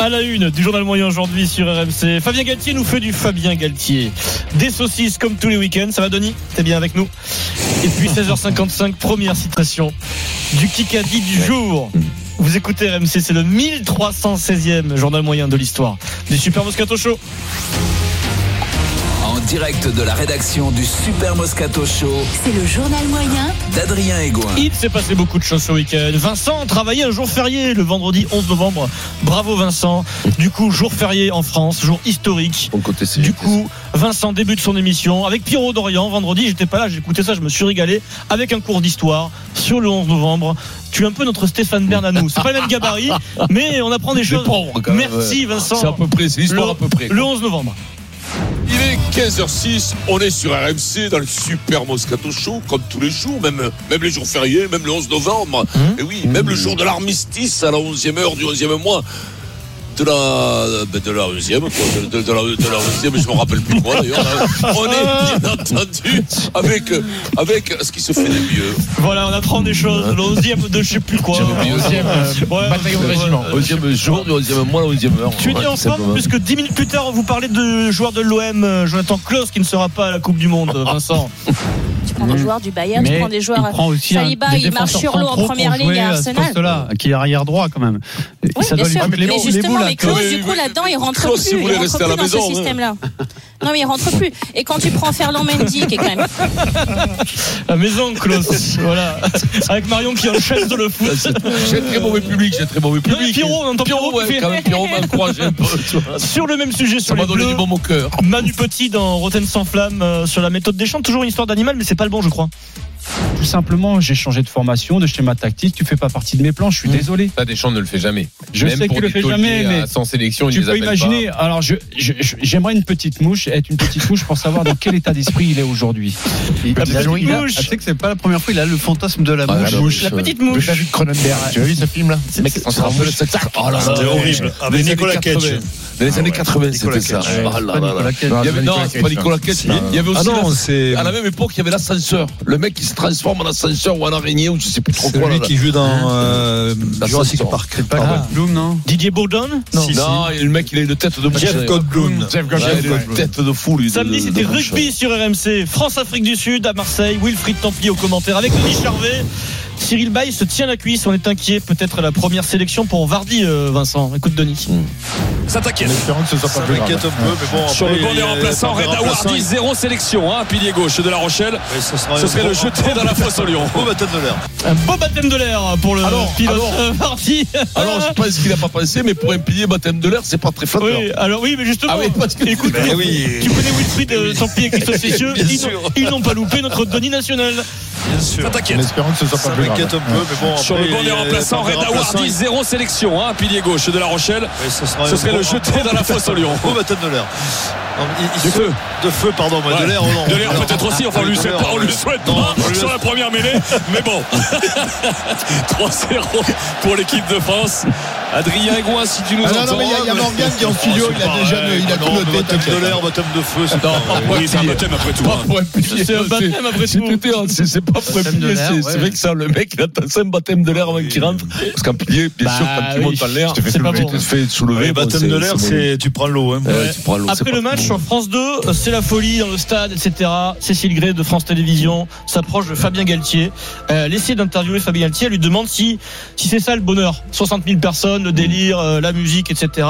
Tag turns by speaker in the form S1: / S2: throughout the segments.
S1: À la une du journal moyen aujourd'hui sur RMC, Fabien Galtier nous fait du Fabien Galtier. Des saucisses comme tous les week-ends, ça va Denis T'es bien avec nous Et puis 16h55, première citation du Kikadi du jour. Vous écoutez RMC, c'est le 1316e journal moyen de l'histoire du Super Moscato Show.
S2: En direct de la rédaction du Super Moscato Show
S3: C'est le journal moyen
S2: d'Adrien Egoin.
S1: Il s'est passé beaucoup de choses ce week-end. Vincent travaillait un jour férié le vendredi 11 novembre. Bravo Vincent. Du coup, jour férié en France, jour historique.
S4: côté
S1: Du coup, Vincent débute son émission avec Pierrot Dorian. Vendredi, j'étais pas là, j'ai écouté ça, je me suis régalé avec un cours d'histoire sur le 11 novembre. Tu es un peu notre Stéphane Bern à nous. C'est pas le même gabarit, mais on apprend des choses. Merci
S4: C'est à
S1: Vincent.
S4: peu près, c'est l'histoire
S1: Le-
S4: à peu près.
S1: Le 11 novembre.
S5: Il est 15h06, on est sur RMC dans le super Moscato Show, comme tous les jours, même, même les jours fériés, même le 11 novembre.
S1: Mhm.
S5: Et oui, même le jour de l'armistice à la 11e heure du 11e mois. De la, ben, de la 11e, quoi. De, de- de la, de la 11e, je me rappelle plus quoi d'ailleurs. On est bien entendu avec, avec ce qui se fait de mieux.
S1: Voilà, on apprend des choses. Le 11e de je sais plus quoi.
S4: J'ai oublié, 11e, euh,
S1: Ouais,
S6: bataillon de
S1: voilà.
S6: régiment.
S4: Onzième jour, du onzième mois, la onzième heure.
S1: Tu es né en forme puisque 10 minutes plus tard, on vous parlait de joueur de l'OM, euh, Jonathan Klaus, qui ne sera pas à la Coupe du Monde, Vincent.
S7: Tu prends des joueurs du Bayern, tu prends des joueurs. euh,
S6: il prend aussi un-
S7: Saliba,
S6: des
S7: Ah, il marche
S6: défenseurs
S7: sur l'eau en
S6: centraux
S7: première
S6: pour
S7: ligne
S6: jouer euh,
S7: à
S6: ce
S7: Arsenal.
S6: poste-là, qui est arrière droit quand même. Et
S7: Oui, bien
S6: ça doit lui
S7: sûr.
S6: foutre les
S7: Mais
S6: boules.
S7: justement,
S6: là,
S7: mais
S6: quand
S7: Klaus,
S6: même.
S5: même.
S7: du coup, là-dedans, il rentre
S5: Klaus,
S7: plus.
S5: si vous voulez
S7: il rentre
S5: rester à
S7: plus
S5: la
S7: dans
S5: maison,
S7: ce
S5: hein.
S7: système-là. Non, mais il rentre plus. Et quand tu prends Ferland Mendy, qui est quand même.
S1: La maison, Klaus. voilà. Avec Marion qui enchaîne de le foot.
S4: J'ai un très mauvais public, j'ai un très mauvais
S1: Non,
S4: public.
S1: mais Pierrot, on entend Pierrot,
S4: Pierrot,
S1: qui
S4: ouais,
S1: fait-
S4: quand même, Pierrot m'a encouragé un peu. tu vois.
S1: Sur le même sujet,
S4: Ça
S1: sur les
S4: m'a donné
S1: bleus,
S4: du bon au cœur.
S1: Manu Petit dans Rotten sans flamme euh, sur la méthode des champs. Toujours une histoire d'animal, mais c'est pas le bon, je crois.
S6: Tout simplement, j'ai changé de formation, de schéma tactique. Tu fais pas partie de mes plans, je suis désolé.
S8: Ça, Deschamps ne le fait jamais.
S6: Je
S8: Même
S6: sais
S8: pour
S6: qu'il le
S8: des
S6: fait
S8: tauliers
S6: jamais,
S8: à
S6: mais
S8: 100 sélections, il
S6: tu
S8: les
S6: peux
S8: appelle
S6: imaginer. Alors, je- je- je- j'aimerais une petite mouche, être une petite mouche pour savoir dans quel état d'esprit il est aujourd'hui. Il,
S1: petite
S6: a- il a-
S1: mouche.
S6: Ah, Tu sais que c'est pas la première fois, il a le fantasme de la
S4: Ah,
S6: mouche.
S4: la mouche,
S1: La
S4: ouais.
S1: petite mouche.
S5: Ah,
S6: vu
S5: bah,
S6: Cronenberg.
S8: Tu as vu ce film là
S1: C'est- c'est-
S4: C'est un peu le spectacle. Oh là là,
S5: C'était
S4: ouais.
S5: horrible.
S4: Dans les
S5: Avec
S4: années
S5: Nicolas Cage.
S4: 80. Dans les années 80, c'était
S8: Nicolas
S4: ça.
S8: Cage.
S4: Ah là là là.
S5: bah,
S4: Il y avait- Non, c'est pas Nicolas hein. Cage. Il y avait
S8: Ah
S4: aussi
S8: non,
S4: la-
S8: c'est
S4: à la même époque, il y avait l'ascenseur. Le mec qui se transforme en ascenseur ou en araignée ou je sais plus trop quoi. là,
S8: celui
S4: là.
S8: qui joue
S5: Hein
S8: dans euh,
S5: Bah,
S8: Jurassic
S4: Ascenseur.
S8: Park.
S6: C'est pas Goldblum, non
S1: Didier Bourdon
S4: Non,
S8: Si,
S4: non, le mec, il a une tête de
S8: Jeff
S4: mouche.
S8: Goldblum. Jeff
S4: Ouais, il a une tête de fou, lui. de-
S1: Samedi,
S4: de-
S1: c'était
S4: de mouche.
S1: rugby sur RMC. France-Afrique du Sud à Marseille. Wilfried Templier au commentaire avec Denis Charvet. Cyril Bay se tient la cuisse. On est inquiet. Peut-être la première sélection pour Vardy, euh, Vincent. Écoute, Denis.
S4: Hmm.
S5: Ça t'inquiète.
S8: Ça m'inquiète un peu, mais bon.
S5: Sur le banc des remplaçants, Red Awardi, zéro sélection, hein, pilier gauche de La Rochelle. Ce serait le jeter dans la fosse au lion.
S1: Un beau baptême de l'air pour le
S4: Alors,
S1: pilote
S4: alors.
S1: euh, Vardy.
S4: Alors, je pense qu'il n'a pas pensé, mais pour un pilier baptême de l'air, c'est pas très flatteur.
S1: Oui, alors oui, mais justement,
S4: Ah oui, parce que-
S1: écoute,
S4: Ben
S5: Eh
S1: tu,
S8: oui.
S1: tu connais Wilfried euh, Templier et Christophe Cessieux,
S4: Bien
S1: ils, n'ont-
S4: sûr.
S1: ils n'ont pas loupé notre Denis national.
S5: Ça t'inquiète.
S8: Ça m'inquiète un peu, mais bon.
S5: Sur le banc des remplaçants, Red Awardi, zéro sélection, hein, pilier gauche de La Rochelle. Ce serait le jeter dans la fosse au lion.
S8: baptême de l'air.
S5: Du feu.
S8: De feu, pardon,
S5: Ouais.
S8: de l'air, oh non.
S5: De l'air peut-être aussi, enfin on lui
S8: De
S5: souhaite
S8: l'air,
S5: pas, on lui
S8: ouais.
S5: souhaite
S8: Non,
S5: pas
S8: on lui-
S5: sur la première mêlée, mais bon. 3-0 pour l'équipe de France. Adrien Gouin, si tu nous
S8: Ah
S5: entends.
S8: non, non, mais il y a- il y a Morgan
S5: Oh,
S8: qui est en studio, il a déjà le- il a tout noté. Baptême de l'air, baptême de feu, c'est
S5: Oui, c'est un baptême après tout.
S4: Pas
S5: hein.
S4: pour un pilier.
S1: C'est un baptême après
S4: c'est-
S1: tout.
S4: c'est- c'est- C'est pas pour un
S6: Baptême de
S4: pilier.
S6: l'air,
S4: C'est
S6: ouais.
S4: c'est vrai que ça, le mec, il a passé un baptême de l'air avant qu'il rentre. Parce qu'un pilier, bien
S1: Bah
S4: sûr, quand tu
S1: oui,
S4: montes en l'air,
S1: je te fais
S4: tu
S1: soulever.
S4: te fais soulever.
S8: Le
S4: bon,
S8: baptême de l'air, c'est tu prends l'eau. hein.
S4: Ouais, tu prends l'eau, c'est
S1: Après
S4: pas
S1: le match
S4: bon.
S1: sur France 2, euh, c'est la folie dans le stade, etc. Cécile Gray de France Télévisions s'approche de Fabien Galtier. Euh, L'essai d'interviewer Fabien Galtier elle lui demande si, si c'est ça le bonheur. 60 000 personnes, le délire, euh, la musique, etc.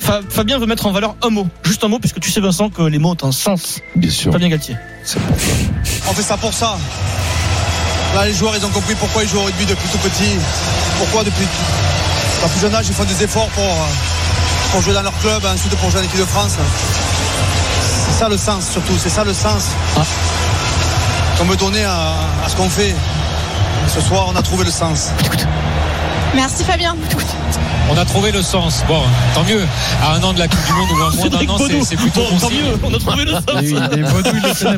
S1: Fa- Fabien veut mettre en valeur un mot, juste un mot, puisque tu sais Vincent que les mots ont un sens.
S4: Bien sûr.
S1: Fabien Galtier.
S8: On fait ça pour ça. Là, les joueurs, ils ont compris pourquoi ils jouent au rugby depuis tout petit. Pourquoi depuis leur plus jeune âge, ils font des efforts pour, euh, pour jouer dans leur club, ensuite pour jouer à l'équipe de France. C'est ça le sens, surtout. C'est ça le sens qu'on veut donner à, à ce qu'on fait. Et ce soir, on a trouvé le sens.
S9: Merci Fabien.
S10: On a trouvé le sens. Bon, tant mieux. À un an de la Coupe du Monde ou à moins d'un
S1: Cédric
S10: an,
S1: Baudou.
S10: c'est- c'est plutôt
S1: Bon,
S10: bon
S1: tant
S10: signe.
S1: mieux, on a trouvé le sens.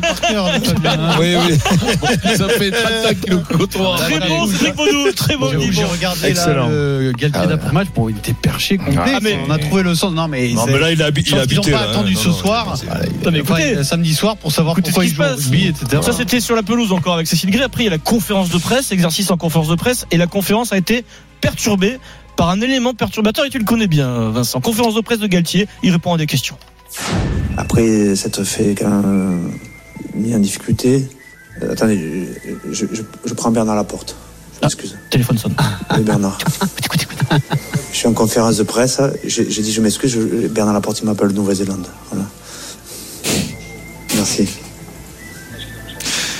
S4: Oui, oui. Ça fait 30 ans qu'il nous côtoie.
S1: Très bon, Cédric Baudou, très bon
S6: J'ai j'ai
S1: niveau.
S6: regardé
S4: Excellent.
S6: là le
S4: Ah,
S6: Galtier d'après-match, bon, il était perché, complet.
S1: Ah, mais-
S6: on a trouvé le sens. Non, mais,
S11: Non,
S6: c'est-
S11: mais là, il a, habi-
S6: je
S11: il a
S6: pense qu'ils ont
S11: habité.
S6: pas
S11: là,
S6: attendu
S11: hein.
S6: ce
S11: Non, non,
S6: soir,
S11: c'est-
S1: Non, mais écoutez,
S6: enfin, samedi soir, pour savoir
S1: Écoutez
S6: pourquoi
S1: ce
S6: il
S1: qui
S6: joue
S1: se
S6: au
S1: passe.
S6: rugby, etc.
S1: Ça, c'était sur la pelouse encore avec Cécile Gray. Après, il y a la conférence de presse, exercice en conférence de presse, et la conférence a été perturbée par un élément perturbateur, et tu le connais bien, Vincent. Conférence de presse de Galtier, il répond à des questions.
S8: Après, ça te fait qu'un mis en difficulté. Euh, attendez, je, je- je prends Bernard Laporte. Je m'excuse.
S1: Téléphone sonne.
S8: Oui, Bernard. Je suis en conférence de presse. hein. J'ai j'ai dit je m'excuse. je- Bernard Laporte, il m'appelle de Nouvelle-Zélande. Voilà. Merci.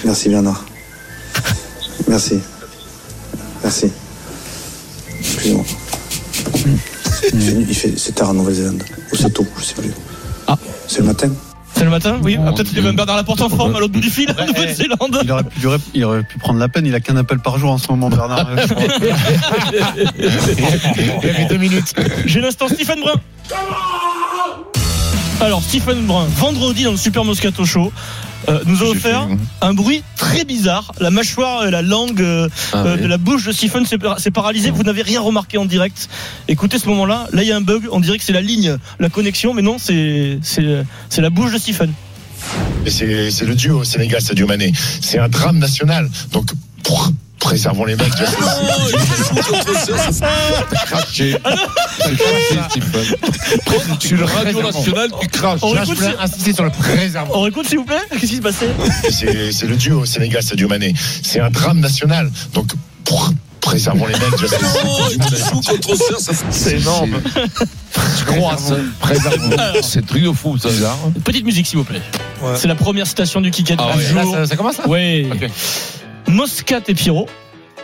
S8: Merci Bernard. Merci. Merci. Excusez-moi. Il fait nu- il fait- C'est tard en Nouvelle-Zélande. Ou c'est tôt, je sais plus. C'est le matin
S1: C'est le matin Oui, Ah, peut-être qu'il
S6: euh,
S1: est même Bernard Laporte en forme à l'autre bout du fil, en Nouvelle-Zélande.
S6: Il aurait, pu, il aurait- il aurait pu prendre la peine, il a qu'un appel par jour en ce moment, Bernard. je crois.
S1: deux minutes. J'ai l'instant Stephen Brun. Alors, Stephen Brun, vendredi dans le Super Moscato Show, euh, nous a offert un bruit très bizarre. La mâchoire et la langue euh, euh, de la bouche de Stephen s'est par- s'est paralysée. Vous n'avez rien remarqué en direct. Écoutez ce moment-là. Là, il y a un bug. On dirait que c'est la ligne, la connexion, mais non, c'est c'est- c'est la bouche de Stephen.
S5: Mais c'est c'est le duo Sénégal Sadio Mané. C'est un drame national. Donc pr- préservons les
S4: Oh,
S5: mecs. tu vois, c'est- c'est craché. C'est craché, Stephen.
S4: Tu Ah le radio national, tu craches.
S1: On écoute, c'est-
S5: sur le
S11: hein.
S5: préservant.
S1: on écoute, s'il vous plaît. Qu'est-ce qui se passait
S5: Mais C'est c'est le duo Sénégal Sadio Mané. C'est un drame national. Donc pr- préservons les mecs. tu vois, c'est- c'est- c'est-
S11: Tout contre ça, ça fait-
S4: C'est énorme.
S5: Je crois à ça. Préservons.
S4: Ah,
S5: Ah
S4: C'est un truc de fou, ça.
S1: Petite musique, s'il vous plaît. C'est la première citation du Kikadi
S4: Ah
S1: du
S4: ouais.
S1: jour.
S4: Là, ça- ça commence, là
S1: Ouais. Moscat et Pierrot.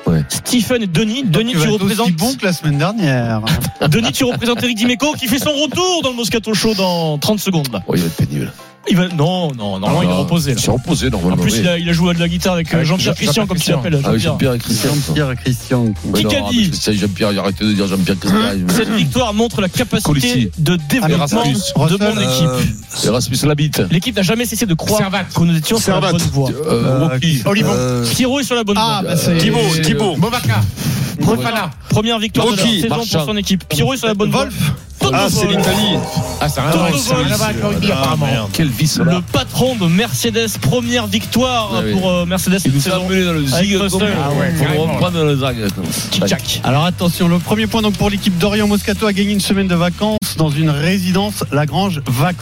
S4: Ouais.
S1: Stephen et Denis. Denis,
S6: Tu vas
S1: tu
S6: être aussi
S1: représentes.
S6: bon que la semaine dernière.
S1: Denis, tu représentes Eric Dimeco qui fait son retour dans le Moscato Show dans 30 secondes. là.
S4: Oh, il va être pénible.
S1: Il va... Non, non,
S4: Ah,
S1: normalement, il est
S4: là,
S1: reposé. là.
S4: C'est reposé, normalement.
S1: En plus,
S4: oui.
S1: il, a, il a joué à de la guitare avec euh,
S4: Avec
S1: Jean-Pierre
S4: Jean-
S1: Christian, comme tu l'appelles.
S4: Ah oui,
S1: Jean-Pierre.
S4: Jean-Pierre et Christian.
S6: Jean-Pierre Christian.
S4: Mais non,
S1: Kikadi.
S4: mais Christian, Jean-Pierre, il arrête de dire Jean-Pierre Christian.
S1: Cette victoire montre la capacité
S4: Colissi.
S1: de développement
S4: Erasmus.
S1: de mon
S4: Euh,
S1: équipe.
S4: Erasmus la bite.
S1: L'équipe n'a jamais cessé de croire
S10: Servat.
S1: que nous étions sur la bonne voie.
S4: Euh, Woki.
S1: Olivon.
S4: Euh,
S1: Pierrot est sur la bonne
S6: Ah,
S1: voie.
S6: bah c'est.
S4: Thibaut, Thibaut.
S10: Movaca. Fofana.
S1: Première victoire de la
S4: Rocky, Ah,
S1: saison
S4: Marchand.
S1: pour son équipe. Pierrot est sur la bonne voie.
S6: Wolf.
S1: Toto Wolff.
S10: Ah, c'est un
S1: Toto
S10: drame, c'est un
S1: Wolff.
S10: drame avec Corby,
S1: Ah,
S10: apparemment.
S4: Quel vice
S1: Le
S4: là.
S1: patron de Mercedes, première victoire
S4: Ah oui.
S1: pour euh, Mercedes
S4: Il
S1: cette
S4: nous a
S1: saison.
S4: emmenés dans le
S1: Avec
S4: zig.
S1: Russell.
S10: Ah ouais,
S4: Pour
S10: carrément.
S4: reprendre le zag.
S1: Tic-tac.
S6: Alors attention, le premier point donc pour l'équipe d'Orient Moscato a gagné une semaine de vacances dans une résidence Lagrange Vacances.